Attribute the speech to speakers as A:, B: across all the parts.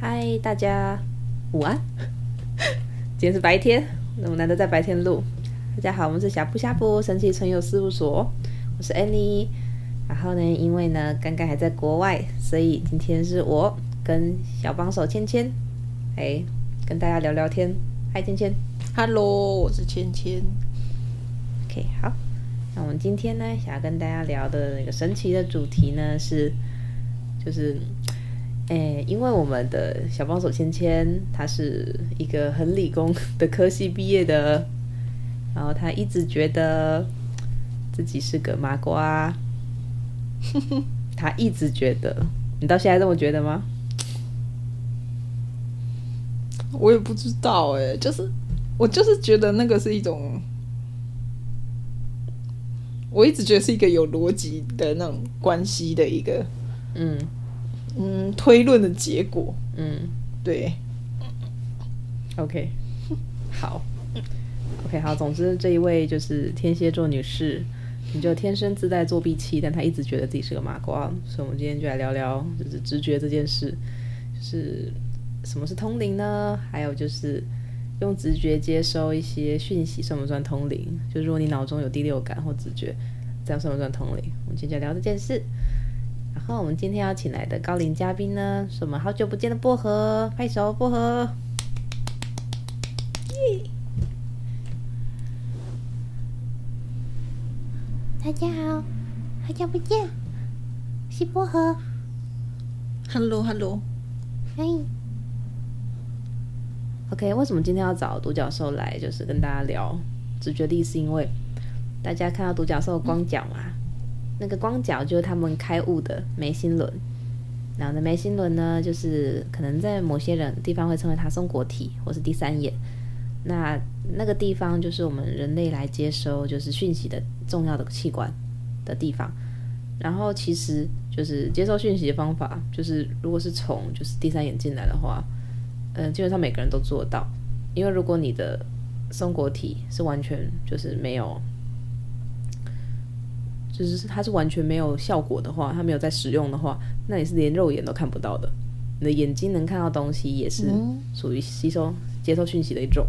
A: 嗨，大家午安。 今天是白天，那么难得在白天录。大家好，我们是小布下布神奇存有事务所，我是 Annie。然后呢，因为呢刚刚还在国外，所以今天是我跟小帮手芊芊，哎，跟大家聊聊天。嗨，芊芊。
B: Hello，我是芊芊。
A: OK，好，那我们今天呢，想要跟大家聊的那个神奇的主题呢是，就是，诶、因为我们的小帮手芊芊，她是一个很理工的科系毕业的，然后她一直觉得自己是个麻瓜，她一直觉得，你到现在这么觉得吗？
B: 我也不知道哎、就是我就是觉得那个是一种，我一直觉得是一个有逻辑的那种关系的一个
A: 嗯
B: 嗯推论的结果。
A: 嗯。
B: 对，
A: OK，好，OK，好。总之，这一位就是天蝎座女士，你就天生自带作弊器，但她一直觉得自己是个麻瓜，所以我们今天就来聊聊，就是直觉这件事，就是什么是通灵呢？还有就是用直觉接收一些讯息，算不算通灵？就如果你脑中有第六感或直觉，这样算不算通灵？我们今天就聊这件事。然后我们今天要请来的高龄嘉宾呢，是我们好久不见的薄荷，拍手，薄荷。
C: 大家好，好久不见，是薄荷。
B: Hello Hello，
C: 嗨，
A: OK，为什么今天要找独角兽来，就是跟大家聊直觉力，是因为大家看到独角兽的光脚嘛，那个光脚就是他们开悟的眉心轮，然后呢，眉心轮呢，就是可能在某些人地方会称为它松果体或是第三眼，那那个地方就是我们人类来接收就是讯息的重要的器官的地方。然后其实就是接收讯息的方法，就是如果是从就是第三眼进来的话，嗯，基本上每个人都做得到，因为如果你的松果体是完全就是没有，就是它是完全没有效果的话，它没有在使用的话，那你是连肉眼都看不到的。你的眼睛能看到东西，也是属于吸收、接收讯息的一种。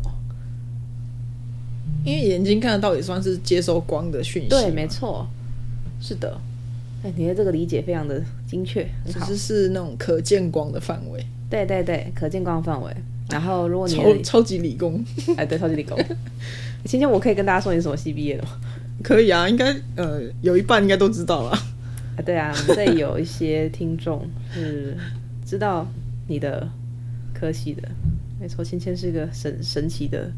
B: 因为眼睛看得到也算是接收光的讯息，
A: 对，没，错，是的。哎，你的这个理解非常的精确，很
B: 只
A: 好。
B: 是是那种可见光的范围，
A: 对对对，可见光范围。然后，如果你的
B: 超超哦级理工，
A: 哎，对，超级理 工。今天我可以跟大家说你是什么系毕业的吗？
B: 可以啊，应该呃有一半应该都知道啦。
A: 啊，对啊，我们这里有一些听众是知道你的科系的，没错，芊芊是个神神奇的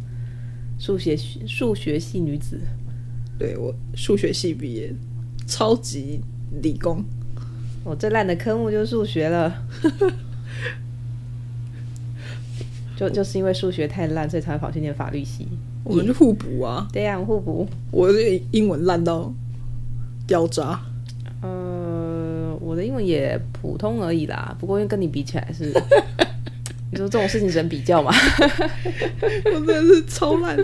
A: 数学系数学系女子，
B: 对我数学系毕业，超级理工。
A: 我最烂的科目就是数学了， 就就是因为数学太烂，所以才会跑去念法律系。
B: 我们就互补啊！
A: 对呀、我们互补。
B: 我这英文烂到掉渣，
A: 呃，我的英文也普通而已啦，不过因为跟你比起来 是，你说这种事情只能比较嘛？
B: 我真的是超烂。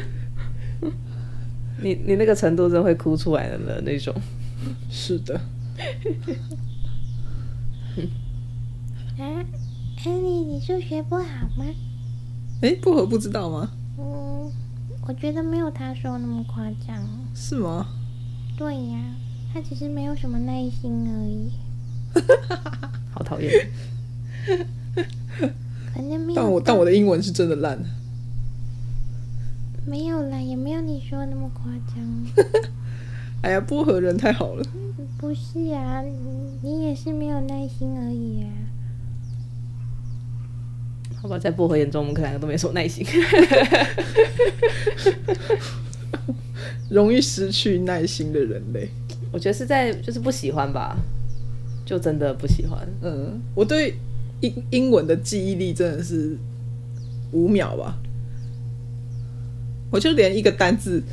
A: 你你那个程度真的会哭出来的呢那种。
B: 是的，
C: 啊，安妮，你数学不好吗？
B: 哎，薄荷不知道吗？
C: 嗯，我觉得没有他说那么夸张。
B: 是吗？
C: 对呀、他只是没有什么耐心而已，
A: 好讨厌。
C: 可能没有。
B: 但我但我的英文是真的烂，
C: 没有啦，也没有你说那么夸张。
B: 哎呀，薄荷人太好了，
C: 不是啊，你你也是没有耐心而已啊。
A: 好吧，在薄荷眼中，我们可能两个都没什么耐心。
B: 容易失去耐心的人类。
A: 我觉得是在就是不喜欢吧，就真的不喜欢。
B: 嗯，我对英英文的记忆力真的是五秒吧，我就连一个单字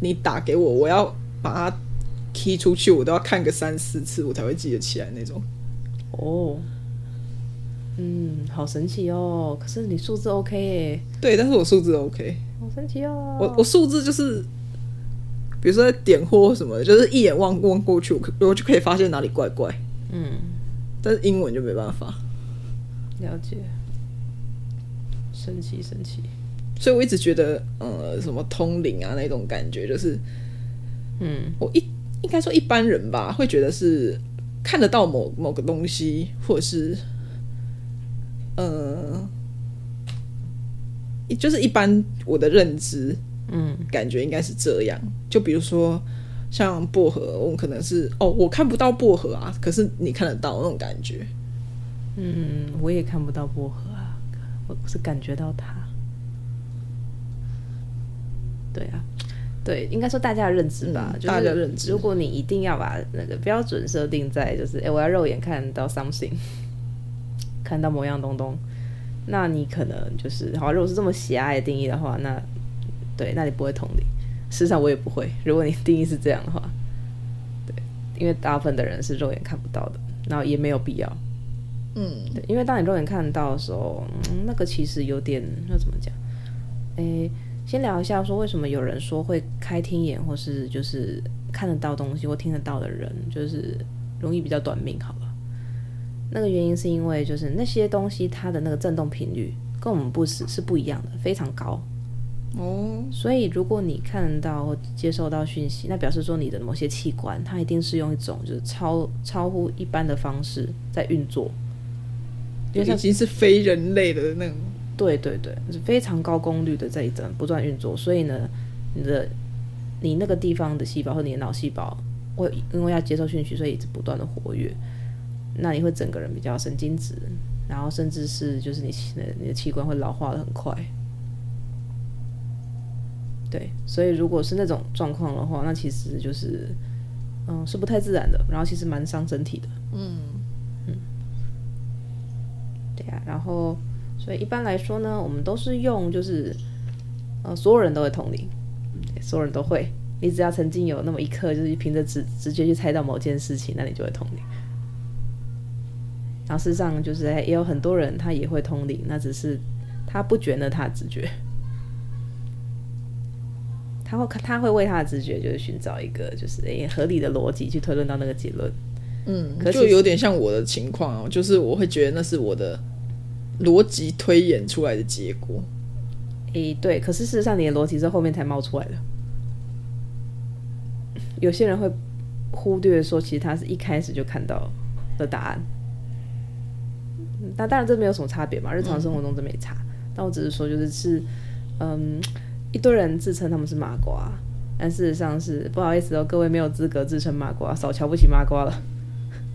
B: 你打给我，我要把它 key 出去，我都要看个三四次，我才会记得起来那种。
A: 哦，嗯，嗯，好神奇哦！可是你数字 OK 耶，
B: 对，但是我数字 OK，
A: 好神奇哦！
B: 我我数字就是，比如说在点货什么的，就是一眼望望过去，我可我就可以发现哪里怪怪，
A: 嗯，
B: 但是英文就没办法，
A: 了解，神奇神奇，
B: 所以我一直觉得，呃，什么通灵啊那种感觉，就是
A: 嗯
B: 我一应该说一般人吧，会觉得是看得到某某个东西，或者是呃，一就是一般我的认知
A: 嗯
B: 感觉应该是这样。就比如说像薄荷，我可能是哦，我看不到薄荷啊，可是你看得到那种感觉。
A: 嗯，我也看不到薄荷啊，我我是感觉到它。对啊，对，应该说大家的认知吧，
B: 嗯
A: 就是
B: 大家认知
A: 如果你一定要把那个标准设定在就是，哎、我要肉眼看到 something，看到某样东东，那你可能就是，好，如果是这么狭隘的定义的话，那对，那你不会同理。事实上，我也不会。如果你定义是这样的话，对，因为大部分的人是肉眼看不到的，然后也没有必要。
B: 嗯，
A: 对，因为当你肉眼看到的时候，嗯、那个其实有点那怎么讲？诶，先聊一下说为什么有人说会开天眼，或是就是看得到东西或听得到的人，就是容易比较短命，好了。那个原因是因为就是那些东西它的那个振动频率跟我们不是是不一样的，非常高。
B: 哦，
A: 所以，如果你看得到或接受到讯息，那表示说你的某些器官，它一定是用一种就是超超乎一般的方式在运作。
B: 就已经是非人类的那种。
A: 对对对，是非常高功率的在一整不断运作，所以呢，你的你那个地方的细胞或你的脑细胞会因为要接受讯息，所以一直不断的活跃，那你会整个人比较神经质，然后甚至是就是你器你的器官会老化的很快。对，所以如果是那种状况的话，那其实就是嗯是不太自然的，然后其实蛮伤身体的。对啊，然后所以一般来说呢，我们都是用就是呃，所有人都会通灵，对所有人都会。你只要曾经有那么一刻，就是凭着直直觉去猜到某件事情，那你就会通灵。然后事实上，就是哎也有很多人他也会通灵，那只是他不觉得他的直觉，他会他会为他的直觉就是寻找一个就是哎合理的逻辑去推论到那个结论。
B: 嗯
A: 可，是
B: 就有点像我的情况哦，就是我会觉得那是我的逻辑推演出来的结果。
A: 诶，对，可是事实上你的逻辑是后面才冒出来的。有些人会忽略说，其实他是一开始就看到的答案。嗯那当然这没有什么差别嘛，日常生活中真没差。但我只是说，就是是，嗯，一堆人自称他们是麻瓜，但事实上是不好意思哦，各位没有资格自称麻瓜，少瞧不起麻瓜了。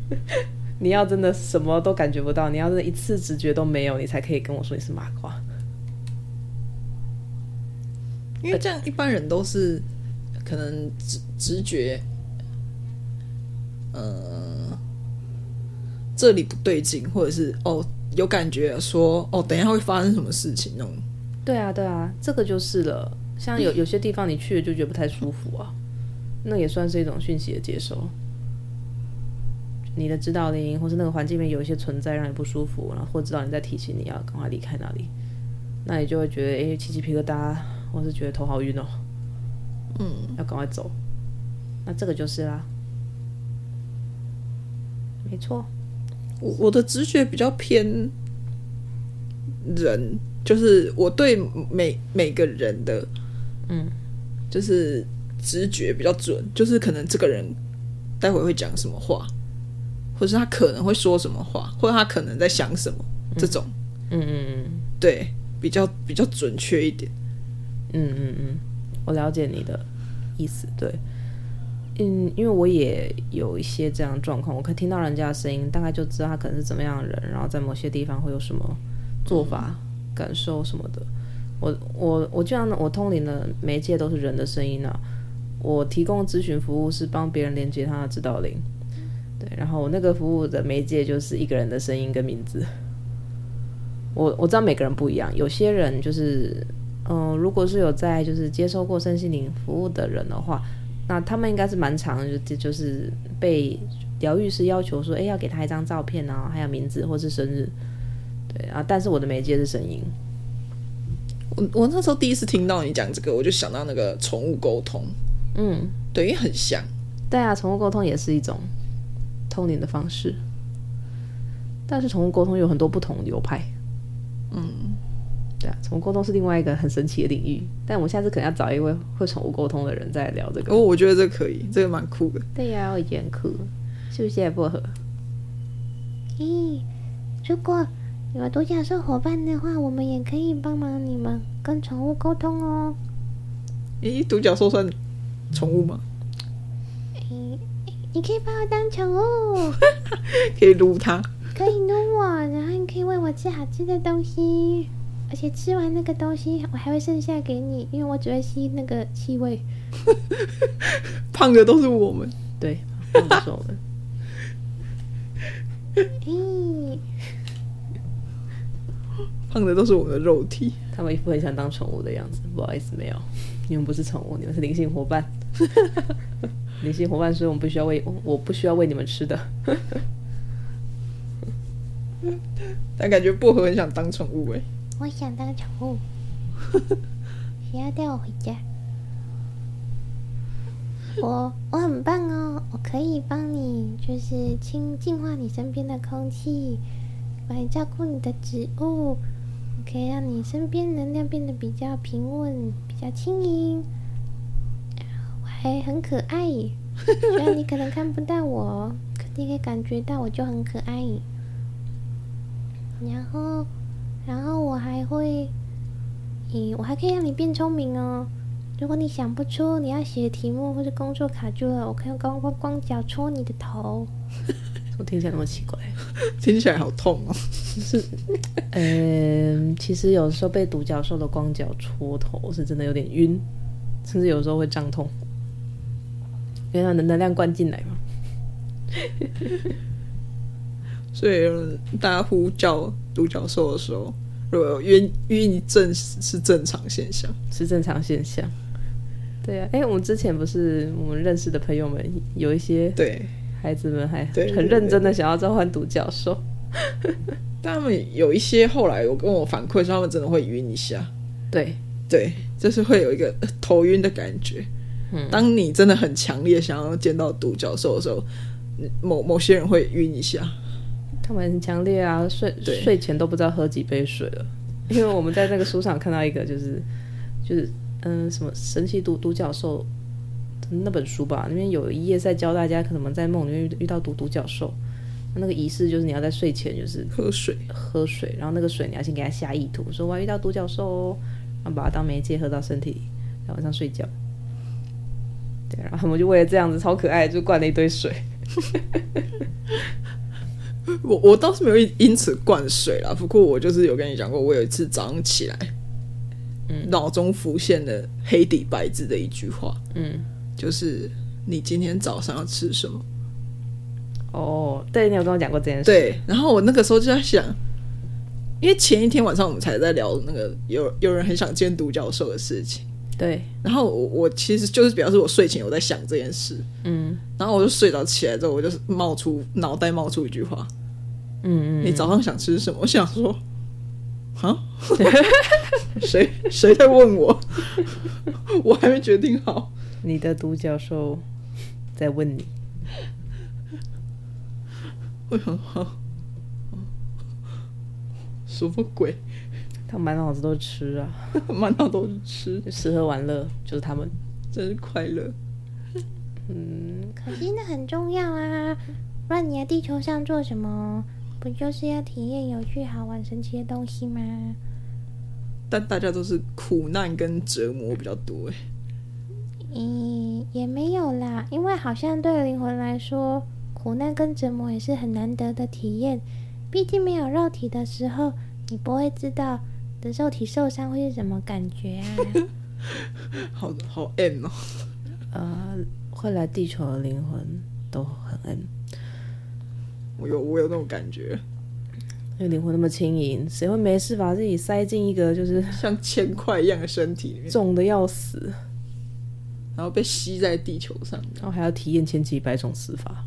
A: 你要真的什么都感觉不到，你要真的一次直觉都没有，你才可以跟我说你是麻瓜。
B: 因为这样一般人都是可能直直觉，呃，这里不对劲，或者是哦有感觉说哦等一下会发生什么事情那种。
A: 对啊，对啊，这个就是了。像有有些地方你去了就觉得不太舒服啊，那也算是一种讯息的接收。你的指导灵或是那个环境里面有一些存在让你不舒服，然后或知道你在提醒你要赶快离开那里，那你就会觉得诶起鸡皮疙瘩，或是觉得头好晕哦，嗯，要赶快走。那这个就是啦，没错，
B: 我我的直觉比较偏人，就是我对每每个人的，嗯，就是直觉比较准，就是可能这个人待会会讲什么话，或是他可能会说什么话，或者他可能在想什么，这种
A: 嗯嗯嗯。
B: 对比较比较准确一点。
A: 嗯嗯嗯，我了解你的意思。对，嗯，因为我也有一些这样的状况，我可以听到人家的声音，大概就知道他可能是怎么样的人，然后在某些地方会有什么做法、感受什么的。我我我就像我通灵的媒介都是人的声音啊，我提供的咨询服务是帮别人连接他的指导灵，对，然后我那个服务的媒介就是一个人的声音跟名字。我我知道每个人不一样，有些人就是嗯，如果是有在就是接受过身心灵服务的人的话，那他们应该是蛮常就就是被疗愈师要求说，哎、要给他一张照片啊，还有名字或是生日，对，然后但是我的媒介是声音，
B: 我我那时候第一次听到你讲这个，我就想到那个宠物沟通，
A: 嗯，
B: 对，因为很像。
A: 对啊，宠物沟通也是一种通灵的方式，但是宠物沟通有很多不同流派。嗯，对啊，宠物沟通是另外一个很神奇的领域，但我下次可能要找一位会宠物沟通的人再聊这个。
B: 哦，我觉得这个可以，这个蛮酷的。
A: 对呀、我也觉得很酷，是不是也不合？
C: 咦，如果有独角兽伙伴的话，我们也可以帮忙你们跟宠物沟通哦。
B: 咦，独角兽算宠物吗？
C: 诶你可以把我当宠物，
B: 可以撸它。
C: 可以撸我，然后你可以喂我吃好吃的东西，而且吃完那个东西，我还会剩下给你，因为我只会吸那个气味。
B: 胖的都是我们。
A: 对，放不是我们。
C: 咦，
B: 胖的都是我们的肉体。
A: 他们一副很想当宠物的样子，不好意思，没有，你们不是宠物，你们是灵性伙伴。 灵性伙伴，所以我们不需要喂，我不需要喂你们吃的。
B: 但感觉薄荷很想当宠物哎、
C: 我想当宠物，谁要带我回家？我我很棒哦，我可以帮你，就是清净化你身边的空气，帮你照顾你的植物，我可以让你身边能量变得比较平稳，比较轻盈，我还很可爱。虽然你可能看不到我，可你可以感觉到我就很可爱。然后。然后我还会，咦，我还可以让你变聪明哦。如果你想不出你要写的题目或者工作卡住了，我可以用光光光脚戳你的头。
A: 我听起来那么奇怪。
B: 听起来好痛哦。
A: 嗯，其实有时候被独角兽的光脚戳头是真的有点晕，甚至有时候会胀痛，因为它的能量灌进来嘛。
B: 所以大家呼叫独角兽的时候，如果有晕晕一阵是正常现象。
A: 是正常现象。对啊，哎、我们之前不是我们认识的朋友们，有一些
B: 对，
A: 孩子们还
B: 对
A: 很认真的想要召唤独角兽。
B: 但他们有一些后来有跟我反馈说，他们真的会晕一下。
A: 对，
B: 对，就是会有一个呃头晕的感觉。
A: 嗯
B: 当你真的很强烈想要见到独角兽的时候，嗯某某些人会晕一下。
A: 他们很强烈啊，睡
B: 对
A: 睡前都不知道喝几杯水了，因为我们在那个书上看到一个就是就是嗯什么神奇独独角兽那本书吧，那边有一页在教大家可能在梦里面遇遇到独独角兽，那个仪式就是你要在睡前就是
B: 喝水，
A: 喝水，然后那个水你要先给它下意图，说我要遇到独角兽哦，然后把它当媒介喝到身体里，然后晚上睡觉。对，然后他们就为了这样子超可爱，就灌了一堆水。
B: 我我倒是没有因因此灌水啦。不过我就是有跟你讲过，我有一次早上起来，
A: 嗯
B: 脑中浮现了黑底白字的一句话，
A: 嗯，
B: 就是你今天早上要吃什么？
A: 哦，对，你有跟我讲过这件事。
B: 对，然后我那个时候就在想，因为前一天晚上我们才在聊那个有有人很想见独角兽的事情，
A: 对，
B: 然后我我其实就是表示我睡前有在想这件事，
A: 嗯
B: 然后我就睡着起来之后，我就是冒出脑袋冒出一句话：
A: 嗯嗯，
B: 你早上想吃什么？我想说，啊，谁谁在问我？ 我还没决定好。
A: 你的独角兽在问你，
B: 我想好，啊什么鬼？
A: 他满脑子都是吃啊，
B: 满脑都是吃，
A: 就吃喝玩乐就是他们。
B: 真是快乐。
A: 嗯
C: 可是那很重要啊，不然你在地球上做什么？不就是要体验有趣、好玩、神奇的东西吗？
B: 但大家都是苦难跟折磨比较多哎。
C: 嗯，也没有啦，因为好像对灵魂来说，苦难跟折磨也是很难得的体验。毕竟没有肉体的时候，你不会知道你的肉体受伤会是什么感觉啊。
B: 好好 M 哦，
A: 呃，会来地球的灵魂都很恩，
B: 我有我有那种感觉，
A: 因为灵魂那么轻盈，谁会没事把自己塞进一个就是
B: 像铅块一样的身体里面，
A: 重的要死，
B: 然后被吸在地球上。
A: 然后还要体验千奇百种死法。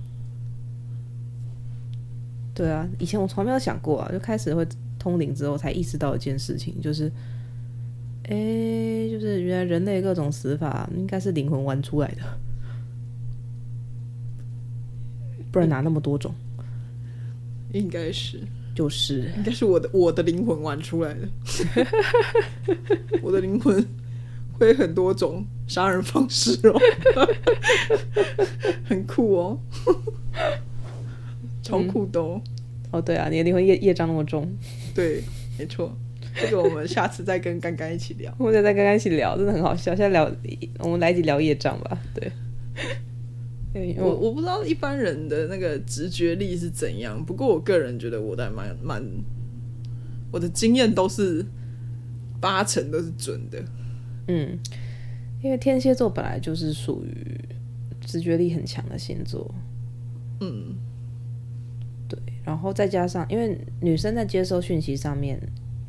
A: 对啊，以前我从来没有想过啊，就开始会通灵之后，才意识到一件事情，就是，诶，就是原来人类各种死法应该是灵魂玩出来的，不然哪那么多种？
B: 应该是，
A: 就是
B: 应该是我的我的灵魂玩出来的，我的灵魂会很多种杀人方式哦， 很酷哦，超酷的哦，
A: 哦，对啊，你的灵魂业业障那么重，
B: 对，没错，这个我们下次再跟干干一起聊。
A: 我们在刚刚一起聊，真的很好笑。现在聊，我们来一起聊业障吧。对，对，因为
B: 我
A: 我
B: 我不知道一般人的那个直觉力是怎样，不过我个人觉得我的还蛮蛮，我的经验都是八成都是准的。
A: 嗯，因为天蝎座本来就是属于直觉力很强的星座，
B: 嗯，
A: 对，然后再加上因为女生在接收讯息上面，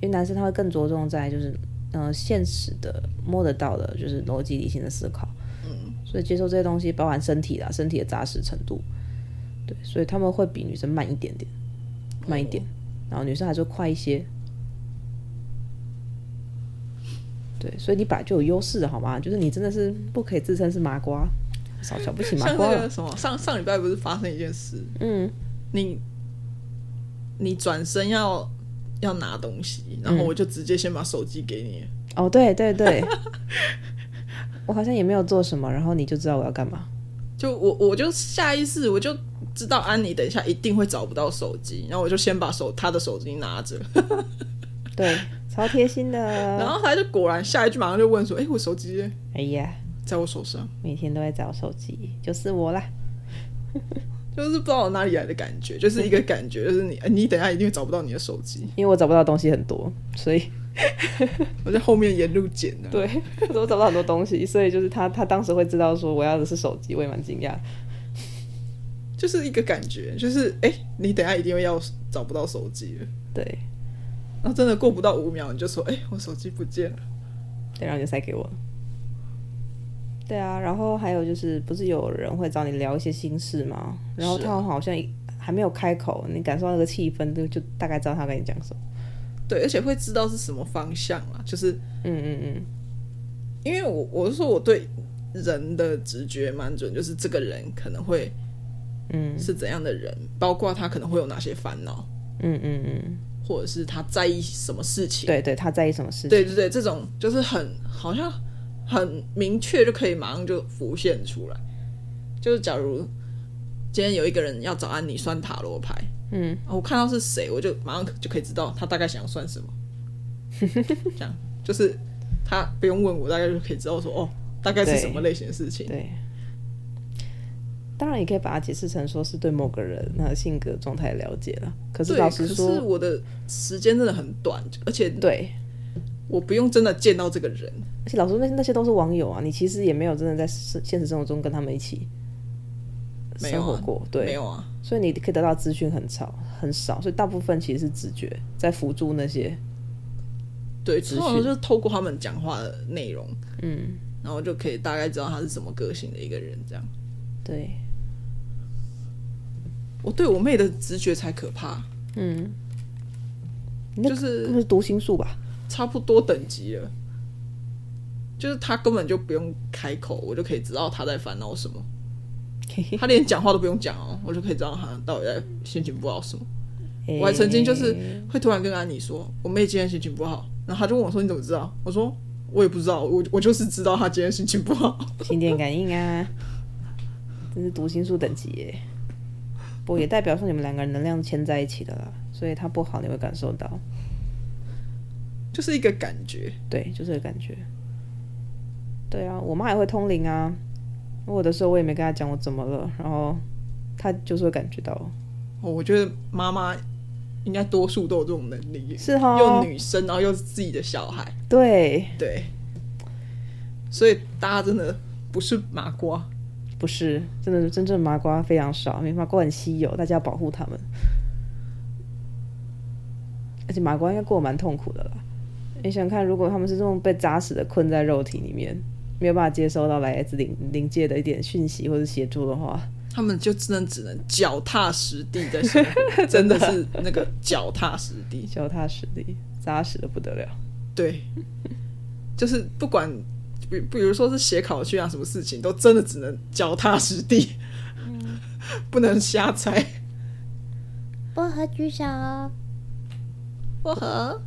A: 因为男生他会更着重在就是嗯、呃现实的摸得到的，就是逻辑理性的思考，嗯，所以接受这些东西包含身体啦，身体的扎实程度，对，所以他们会比女生慢一点点，慢一点，然后女生还是会快一些。对，所以你本来就有优势的好吗？就是你真的是不可以自称是麻瓜，少瞧不起麻
B: 像
A: 瓜
B: 那
A: 了
B: 个。什么，上上礼拜不是发生一件事，
A: 嗯
B: 你你转身要要拿东西，然后我就直接先把手机给你，
A: 哦，对对对， 我好像也没有做什么，然后你就知道我要干嘛。
B: 就我我就下意识我就知道安妮等一下一定会找不到手机，然后我就先把手她的手机拿着，
A: 对，超贴心
B: 然
A: 的。
B: 后她就果然下一句马上就问说：“哎、我手机嘞
A: 哎呀，
B: 在我手上。”
A: 每天都在找手机，就是我啦。
B: 就是不知道我哪里来的感觉，就是一个感觉，就是你，呃你等一下一定找不到你的手机。
A: 因为我找不到的东西很多，所 以
B: 我在后面沿路捡的，
A: 对 我找不到很多东西，所以就是他他当时会知道说我要的是手机，我也蛮惊讶。
B: 就是一个感觉，就是哎、诶你等一下一定会要找不到手机了。
A: 对，
B: 然后真的过不到五秒，你就说，哎、我手机不见了。
A: 对，然后你就塞给我了。对啊，然后还有就是，不是有人会找你聊一些心事吗？然后
B: 是啊
A: 他好像还没有开口，你感受到那个气氛，就就大概知道他跟你讲什么。
B: 对，而且会知道是什么方向啦，就是
A: 嗯嗯嗯。
B: 因为我我是说我对人的直觉蛮准，就是这个人可能会
A: 嗯
B: 是怎样的人，包括他可能会有哪些烦恼，
A: 嗯嗯嗯，
B: 或者是他在意什么事情。
A: 对对，他在意什么事情？
B: 对对对，这种就是很好像很明确就可以马上就浮现出来。就是假如今天有一个人要找安妮算塔罗牌，哦
A: 嗯，
B: 我看到是谁，我就马上就可以知道他大概想要算 什么。这样就是他不用问我，大概就可以知道说哦，大概是
A: 对
B: 什么类型的事情。
A: 对。当然，也可以把它解释成说是对某个人他的性格状态了解了。可是
B: 对，
A: 老
B: 可
A: 实
B: 是
A: 说，
B: 我的时间真的很短，而且
A: 对，
B: 我不用真的见到这个人。
A: 而且老实说，那那些都是网友啊，你其实也没有真的在生现实生活中跟他们一起
B: 没有
A: 生
B: 啊
A: 活过，
B: 没
A: 对，
B: 有啊，
A: 所以你可以得到资讯很少很少，所以大部分其实是直觉在辅助那些，
B: 对，
A: 资
B: 通常
A: 讯
B: 就是透过他们讲话的内容，
A: 嗯，
B: 然后就可以大概知道他是什么个性的一个人。这样，
A: 对，
B: 我对我妹的直觉才可怕，
A: 嗯，那那
B: 就是
A: 是读心术吧？
B: 差不多等级了，就是她根本就不用开口，我就可以知道她在烦恼什么。她连讲话都不用讲哦，我就可以知道她到底在心情不好什么。我还曾经就是会突然跟安妮说，我妹今天心情不好，然后她就问我说你怎么知道？我说我也不知道，我我就是知道她今天心情不好。
A: 心电感应啊，真是读心术等级耶。不过也代表说你们两个人能量牵在一起的啦，所以它不好你会感受到，
B: 就是一个感觉，
A: 对，就这个感觉。对啊，我妈也会通灵啊，我有的时候我也没跟她讲我怎么了，然后她就是会感觉到，
B: 哦我觉得妈妈应该多数都有这种能力，
A: 是哈，
B: 又女生，然后又是自己的小孩，
A: 对，
B: 对，所以大家真的不是麻瓜，
A: 不是，真的是真正麻瓜非常少，因为麻瓜很稀有，大家要保护他们。而且麻瓜应该过得蛮痛苦的啦。你想看，如果他们是这种被扎实的困在肉体里面，没有办法接收到来自灵灵界的一点讯息或者协助的话，
B: 他们就真的只能脚踏实地的生活，真的是那个脚踏实 地。
A: 脚踏实地，扎实的不得了。
B: 对，就是不管，比比如说是写考卷啊，什么事情都真的只能脚踏实地， 不能瞎猜。
C: 薄荷举手哦，
B: 薄荷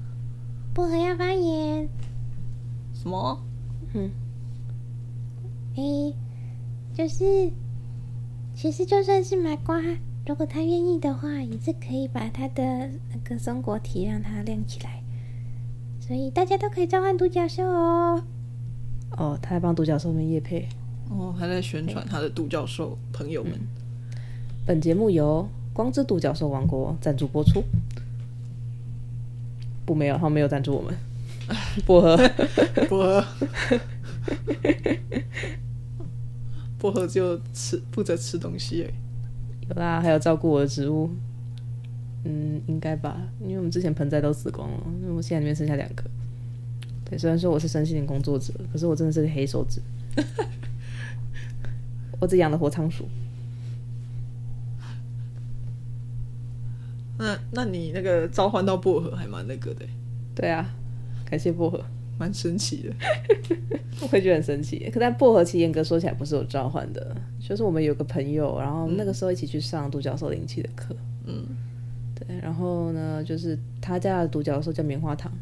C: 薄荷要发言。
B: 什么？
A: 嗯，
C: 诶，就是，其实就算是麻瓜，如果他愿意的话，也是可以把他的那个松果体让它亮起来。所以大家都可以召唤独角兽哦。
A: 哦，他还帮独角兽们夜配。
B: 哦，还在宣传他的独角兽朋友们。
A: 本节目由光之独角兽王国赞助播出。不，没有，他们没有赞助我们。 薄荷，
B: 薄 荷，薄荷就吃负责吃东西而已。
A: 有啦，还有照顾我的植物。嗯，应该吧，因为我们之前盆栽都死光了，因为我现在里面剩下两个。对，虽然说我是身心灵工作者，可是我真的是个黑手指。我只养了活仓鼠，
B: 那那你那个召唤到薄荷还蛮那个的，
A: 对啊，感谢薄荷，
B: 蛮神奇的。
A: 我会觉得很神奇。可但薄荷其实严格说起来不是我召唤的，就是我们有个朋友，然后那个时候一起去上独角兽灵气的课，
B: 嗯
A: 对，然后呢，就是他家的独角兽叫棉花糖，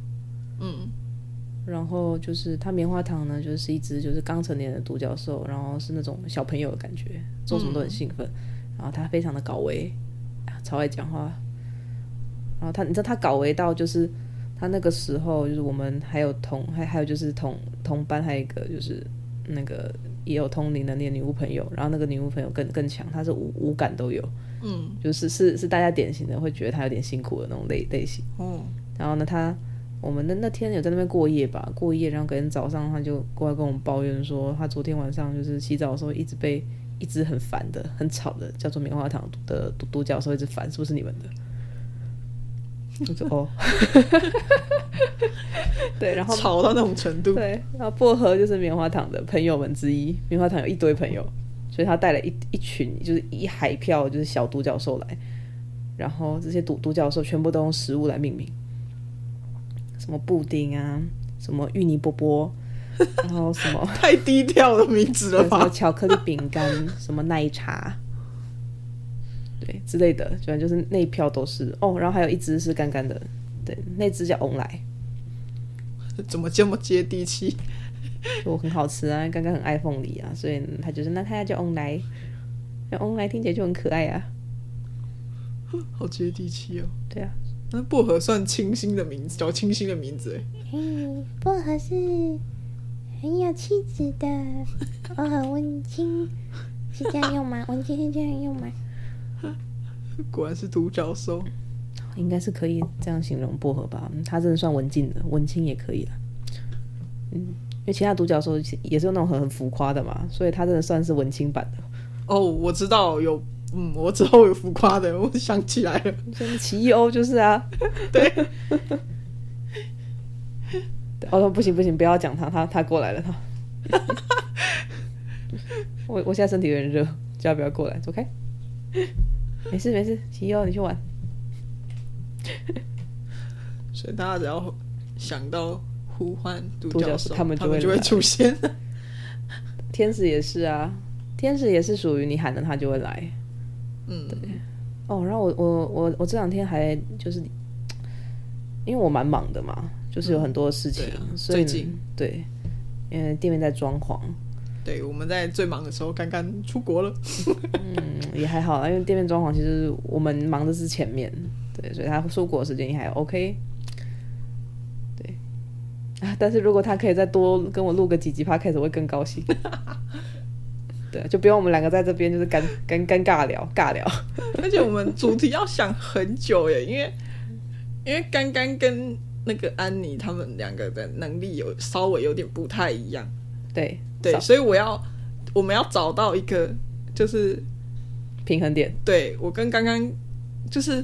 B: 嗯
A: 然后就是它棉花糖呢，就是一只就是刚成年的独角兽，然后是那种小朋友的感觉，做什么都很兴奋，然后它非常的搞维，啊超爱讲话，然后它你知道它搞维到就是它那个时候就是我们还有同还还有就是同同班还有一个就是那个也有通灵能力的女巫朋友，然后那个女巫朋友更更强，她是五五感都有，
B: 嗯，
A: 就是是是大家典型的会觉得她有点辛苦的那种类类型。
B: 哦，
A: 然后呢，他我们那那天有在那边过夜吧，过夜，然后隔天早上他就过来跟我们抱怨说，他昨天晚上就是洗澡的时候一直被一只很烦的、很吵的叫做棉花糖的独独角兽一直烦，是不是你们的？ 我说哦， 对，然后
B: 吵到那种程度，
A: 对，然后薄荷就是棉花糖的朋友们之一，棉花糖有一堆朋友，所以他带了一一群，就是一海票，就是小独角兽来，然后这些独独角兽全部都用食物来命名，什么布丁啊，什么芋泥波波，然后什么
B: 太低调的名字
A: 对
B: 了
A: 什么
B: 吧？
A: 巧克力饼干，什么奶茶，对之类的，反正就是那一票都是哦，然后还有一只是干干的，对，那只叫翁来。
B: 怎么这么接地气？
A: 就很好吃啊，刚刚很爱凤梨啊，所以他就是那他要叫翁来，那翁来听起来就很可爱啊，
B: 好接地气哦。
A: 对啊，
B: 那薄荷算清新的名字，叫清新的名字哎。
C: 嘿，薄荷是很有气质 的，我很温馨，是这样用吗？温馨是这样用吗？
B: 果然是独角兽，
A: 应该是可以这样形容薄荷吧，嗯它真的算文静的，文青也可以了，嗯，因为其他独角兽也是有那种很很浮夸的嘛，所以它真的算是文青版的，
B: 哦，我知道有，嗯，我知道有浮夸的，我想起来了，
A: 像奇异欧就是啊，
B: 对，
A: 对哦不行不行，不要讲他，他他过来了他， 我我现在身体有点热，叫他不要过来走开，没事没事，奇异欧你去玩。
B: 所以大家只要想到呼唤独
A: 独角
B: 兽，
A: 兽
B: 他
A: 他们就
B: 就
A: 会
B: 会
A: 来
B: 出现。
A: 天使也是啊，天使也是属于你喊了它就会来
B: 嗯，
A: 哦。然后我我我我这两天还就是，因为我蛮忙的嘛，就是有很多事情，
B: 对啊
A: 所以
B: 最近
A: 对，因为店面在装潢，
B: 对，我们在最忙的时候刚刚出国了，
A: 嗯，也还好啦，因为店面装潢其实我们忙的是前面，对，所以他出国的时间也还 OK，对啊，但是如果他可以再多跟我录个几集 podcast，我会更高 兴。对，就不用我们两个在这边就是尴尴尴尬聊尬聊。
B: 而且我们主题要想很久耶，因为因为刚刚跟那个安妮他们两个的能力有稍微有点不太一样，
A: 对
B: 对，
A: 找
B: 所以我要我们要找到一个就是
A: 平衡点，
B: 对我跟刚刚就是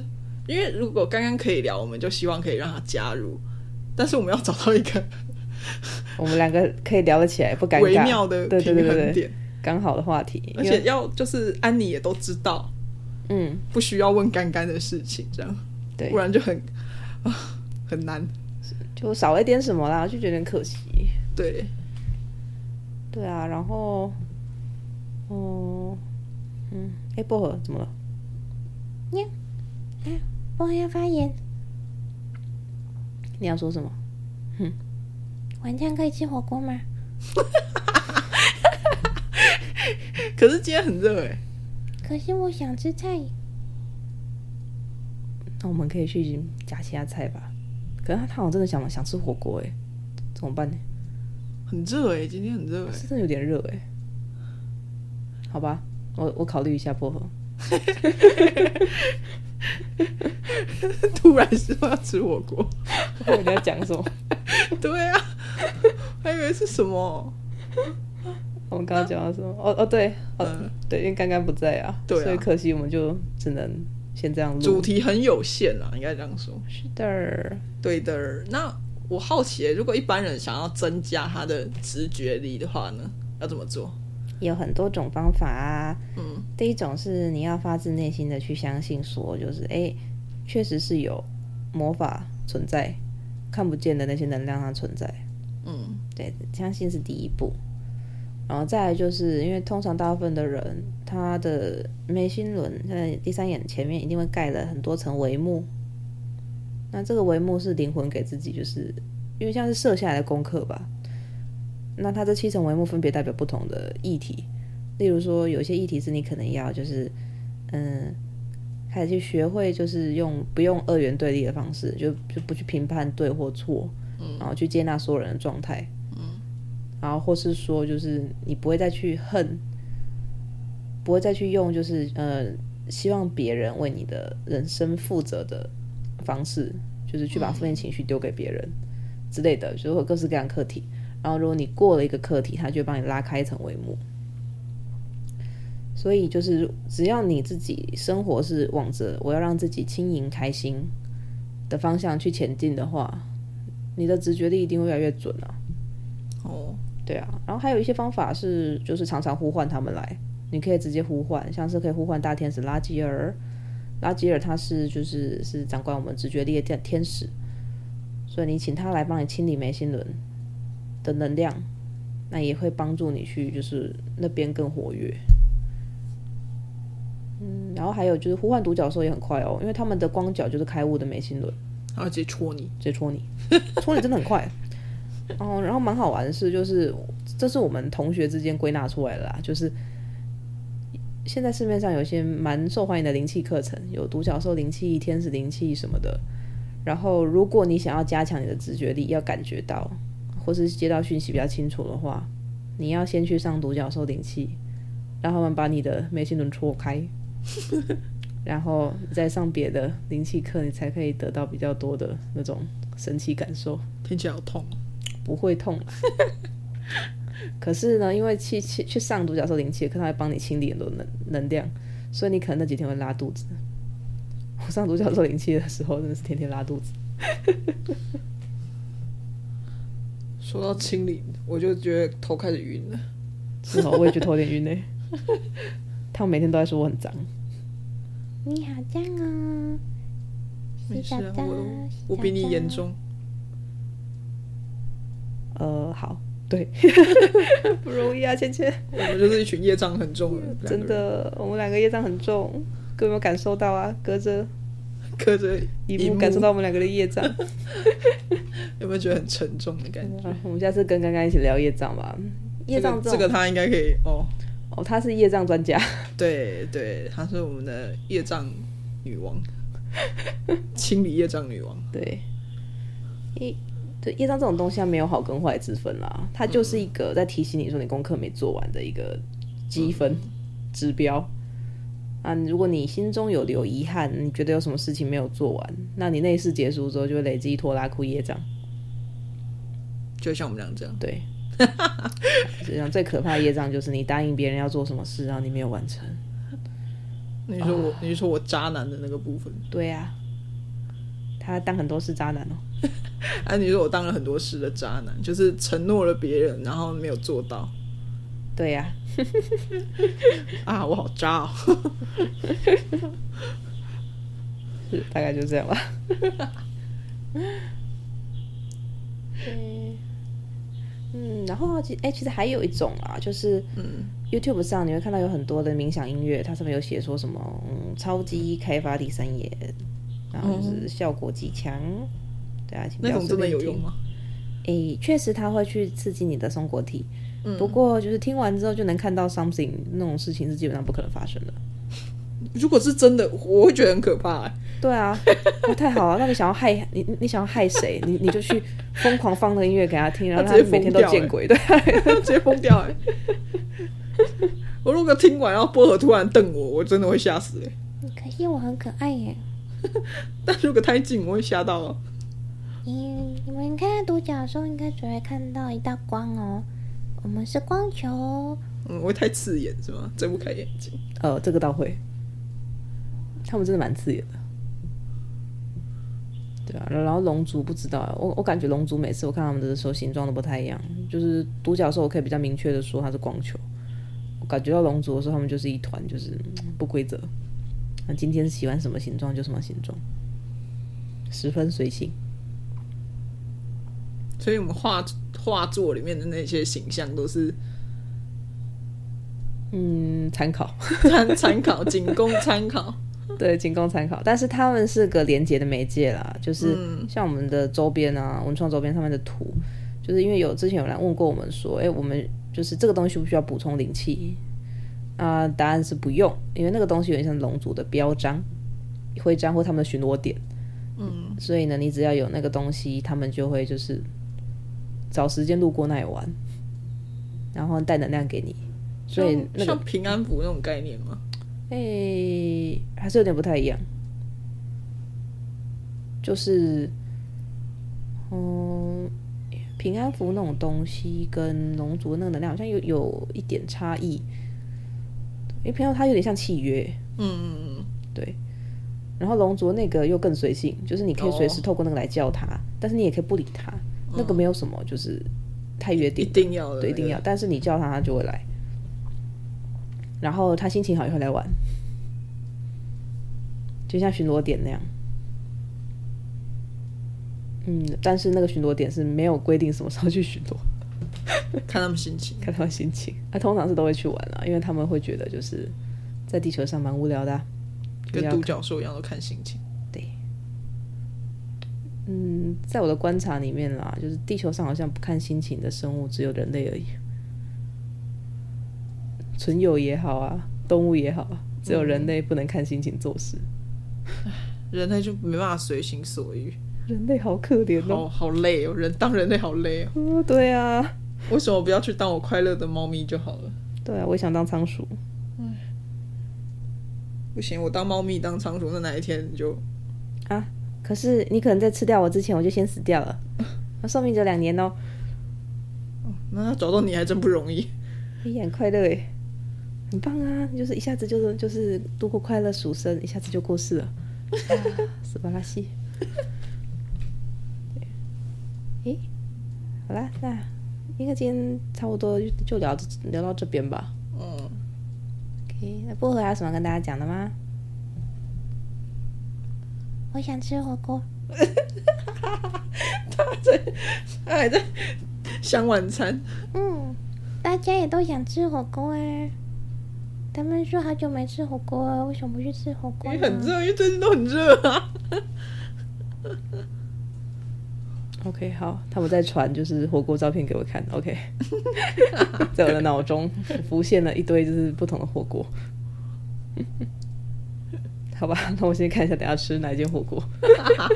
B: 因为如果刚刚可以聊，我们就希望可以让他加入，但是我们要找到一个
A: 我们两个可以聊得起来，不尴尬，
B: 微妙的
A: 对
B: 平
A: 对对
B: 衡
A: 对对，
B: 点，
A: 刚好的话题，
B: 而
A: 因
B: 且
A: 为
B: 要就是安妮也都知道，
A: 嗯，
B: 不需要问干干的事情，这样
A: 对
B: 不，然就很啊很难。
A: 就少了一点什么啦，就觉得很可惜。
B: 对，
A: 对啊，然后，哦，嗯，哎，薄荷怎么了？
C: 我哦要发言，
A: 你要说什么？
C: 晚上可以吃火锅吗？
B: 可是今天很热哎、
C: 可是我想吃菜，
A: 那我们可以去夹其他菜吧。可是他他好像真的想想吃火锅哎，怎么办呢？
B: 很热哎、今天很热哎、
A: 是真的有点热哎。好吧，我我考虑一下薄荷。
B: 欸 突然说要吃火锅，
A: 我你要讲什么？
B: 对啊，还以为是什么，
A: 我们刚刚讲到什么？哦哦对，哦、
B: 嗯
A: 对，因为刚刚不在啊，
B: 对啊
A: 所以可惜我们就只能先这样录。
B: 主题很有限啊，应该这样说。
A: 是的，
B: 对的，那我好奇、欸如果一般人想要增加他的直觉力的话呢，要怎么做？
A: 有很多种方法啊。
B: 嗯，
A: 第一种是你要发自内心的去相信说，就是诶，确实是有魔法存在，看不见的那些能量它存在。
B: 嗯，
A: 对，相信是第一步。然后再来就是因为通常大部分的人，他的眉心轮在第三眼前面一定会盖了很多层帷幕。那这个帷幕是灵魂给自己，就是因为像是设下来的功课吧。那它这七层帷幕分别代表不同的议题，例如说有些议题是你可能要就是嗯，开始去学会就是用不用二元对立的方式，就就不去评判对或错，然后去接纳所有人的状态，然后或是说就是你不会再去恨，不会再去用就是呃希望别人为你的人生负责的方式，就是去把负面情绪丢给别人之类的，就是会有各式各样的课题。然后如果你过了一个课题，它就会帮你拉开一层帷幕。所以就是，只要你自己生活是往着我要让自己轻盈开心的方向去前进的话，你的直觉力一定会越来越准啊。
B: 哦，
A: 对啊，然后还有一些方法是，就是常常呼唤他们来，你可以直接呼唤，像是可以呼唤大天使拉吉尔，拉吉尔他是就是是掌管我们直觉力的天天使，所以你请他来帮你清理眉心轮的能量，那也会帮助你去就是那边更活跃。嗯，然后还有就是呼唤独角兽也很快哦，因为他们的光角就是开悟的眉心轮。
B: 然后直接戳你，
A: 直接戳你，戳你真的很快。哦，然后蛮好玩的是，就是这是我们同学之间归纳出来的啦，就是现在市面上有一些蛮受欢迎的灵气课程，有独角兽灵气、天使灵气什么的。然后，如果你想要加强你的直觉力，要感觉到或是接到讯息比较清楚的话，你要先去上独角兽灵气，让他们把你的眉心轮戳开，然后再上别的灵气课，你才可以得到比较多的那种神奇感受，
B: 听起来好痛。啊
A: 不会痛啦。 可是呢，因为去去去上独角兽灵气课，它会帮你清理很多能能量，所以你可能那几天会拉肚子。我上独角兽灵气的时候，真的是天天拉肚子。
B: 说到清理，我就觉得头开始晕了。
A: 是哦，我也觉得头有点晕呢、他们每天都在说我很脏，
C: 你好脏哦，洗
B: 没事
C: 澡
B: 啊，
C: 澡，
B: 我
C: 洗
B: 我比
C: 澡
B: 你严
C: 澡。
B: 重，
A: 呃，好，对， 不容易啊，芊芊，
B: 我们就是一群业障很重 的，两
A: 真
B: 个人
A: 的，我们两个业障很重，各位有没有感受到啊？隔着
B: 隔着
A: 一
B: 幕
A: 幕感受到我们两个的业障。
B: 有没有觉得很沉重的感觉？
A: 啊我们下次跟刚刚一起聊业障吧。嗯业障
B: 这
A: 这
B: 个
A: 种、
B: 这个他应该可以哦，
A: 哦，他是业障专家，
B: 对对，她是我们的业障女王， 清理业障女王。
A: 对，业对业障这种东西，它没有好跟坏之分啦，它就是一个在提醒你说你功课没做完的一个积分、指标。啊，如果你心中有留遗憾，你觉得有什么事情没有做完，那你那一次结束之后就会累积拖拉库业障。
B: 就像我们俩这样，
A: 对，实际上最可怕的业障就是你答应别人要做什么事，然后你没有完成。
B: 你说
A: 啊
B: 我，你说我渣男的那个部分，
A: 对啊，他当很多是渣男哦。
B: 哎、啊，你说我当了很多事的渣男，就是承诺了别人，然后没有做到，
A: 对呀、
B: 啊，我好渣哦！
A: 是大概就这样吧。
C: 嗯，
A: 嗯，然后啊其哎、其实还有一种啊，就是
B: 嗯
A: YouTube 上你会看到有很多的冥想音乐，它上面有写说什么嗯，超级开发第三眼，然后就是效果极强，对啊，请不
B: 哦那
A: 要
B: 种
A: 随
B: 真的
A: 便
B: 有
A: 听
B: 用？吗？
A: 诶、确实它会去刺激你的松果体，
B: 嗯
A: 不过就是听完之后就能看到 something 那种事情是基本上不可能发生的。
B: 如果是真的，我会觉得很可怕、欸。
A: 对啊，哇，太好了！那你想要害你，你你想要害谁？你你就去疯狂放那个音乐给他听，然后
B: 他
A: 他
B: 直接
A: 每天都
B: 疯掉
A: 见
B: 欸
A: 鬼，对 啊，
B: 直接疯掉哎、 我如果听完，然后薄荷突然瞪我，我真的会吓死哎、
C: 可惜我很可爱耶。
B: 但如果太近，我会吓到啊。
C: 你你们看独角兽应该只会看到一道光哦，我们是光球哦。
B: 嗯，我会太刺眼是吗？睁不开眼睛。
A: 呃，这个倒会，他们真的蛮刺眼的。对啊，然后龙族不知道啊，我我感觉龙族每次我看他们的时候形状都不太一样，就是独角兽我可以比较明确的说它是光球，我感觉到龙族的时候他们就是一团就是嗯不规则，那今天喜欢什么形状就什么形状，十分随性。
B: 所以我们画画作里面的那些形象都是
A: 嗯，参考，
B: 参参考，仅 供参考。
A: 对，仅供参考。但是他们是个连接的媒介啦，就是
B: 嗯
A: 像我们的周边啊，文创周边上面的图，就是因为有之前有人问过我们说，哎、我们就是这个东西需不需要补充灵气？啊、答案是不用，因为那个东西有点像龙族的标章、徽章或他们的巡逻点，
B: 嗯，
A: 所以呢，你只要有那个东西，他们就会就是找时间路过那里玩，然后带能量给你。所以
B: 像
A: 那个
B: 像平安符那种概念吗？
A: 诶、还是有点不太一样。就是，嗯，平安符那种东西跟龙族那个能量好像有有一点差异，因为平安符它有点像契约，
B: 嗯，嗯
A: 对。然后龙族那个又更随性，就是你可以随时
B: 哦嗯
A: 透过那个来叫它，但是你也可以不理它，那个没有什么就是太约
B: 一
A: 定的，
B: 定要的、
A: 对，一定要。。但是你叫他，他就会来。然后他心情好也会来玩，就像巡逻点那样。嗯，但是那个巡逻点是没有规定什么时候去巡逻，
B: 看他们心情。
A: 看他们心情。啊，通常是都会去玩啊，因为他们会觉得就是在地球上蛮无聊的啊、就
B: 跟
A: 要
B: 独
A: 看
B: 角兽一样，都看心情。
A: 嗯，在我的观察里面啦，就是地球上好像不看心情的生物只有人类而已，纯友也好啊，动物也好啊，只有人类不能看心情做事。
B: 人类就没办法随心所欲，
A: 人类好可怜哦。
B: 好好累哦。人当人类好累哦。
A: 嗯对啊，
B: 为什么不要去当我快乐的猫咪就好了？
A: 对啊，我也想当仓鼠。
B: 不行，我当猫咪当仓鼠，那哪一天你就
A: 可是你可能在吃掉我之前，我就先死掉了。我寿命只有两年哦，
B: 那找到你还真不容易。
A: 你很快乐诶，很棒啊！你就是一下子就是就是度过快乐鼠生，一下子就过世 了，啊死巴拉西。对诶，好啦，那应该今天差不多就就聊这聊到这边吧。
B: 嗯，
A: OK，那薄荷还有什么要跟大家讲的吗？
C: 我想吃火锅，
B: 他还在想晚餐，
C: 嗯，大家也都想吃火锅啊。他们说好久没吃火锅了，为什么不去吃火
B: 因
C: 锅
B: 为
C: 呢？
B: 很热，因为最近都很热啊。
A: OK，好，他们在传就是火锅照片给我看。OK，在我的脑中浮现了一堆就是不同的火锅。 好吧，那我先看一下等下吃哪一间火锅。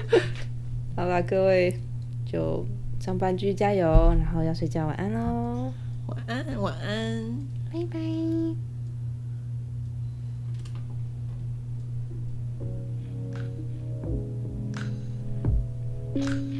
A: 好啦，各位就上班继续加油，然后要睡觉，晚安喽。
B: 晚安，晚安。
C: 拜拜。
A: 嗯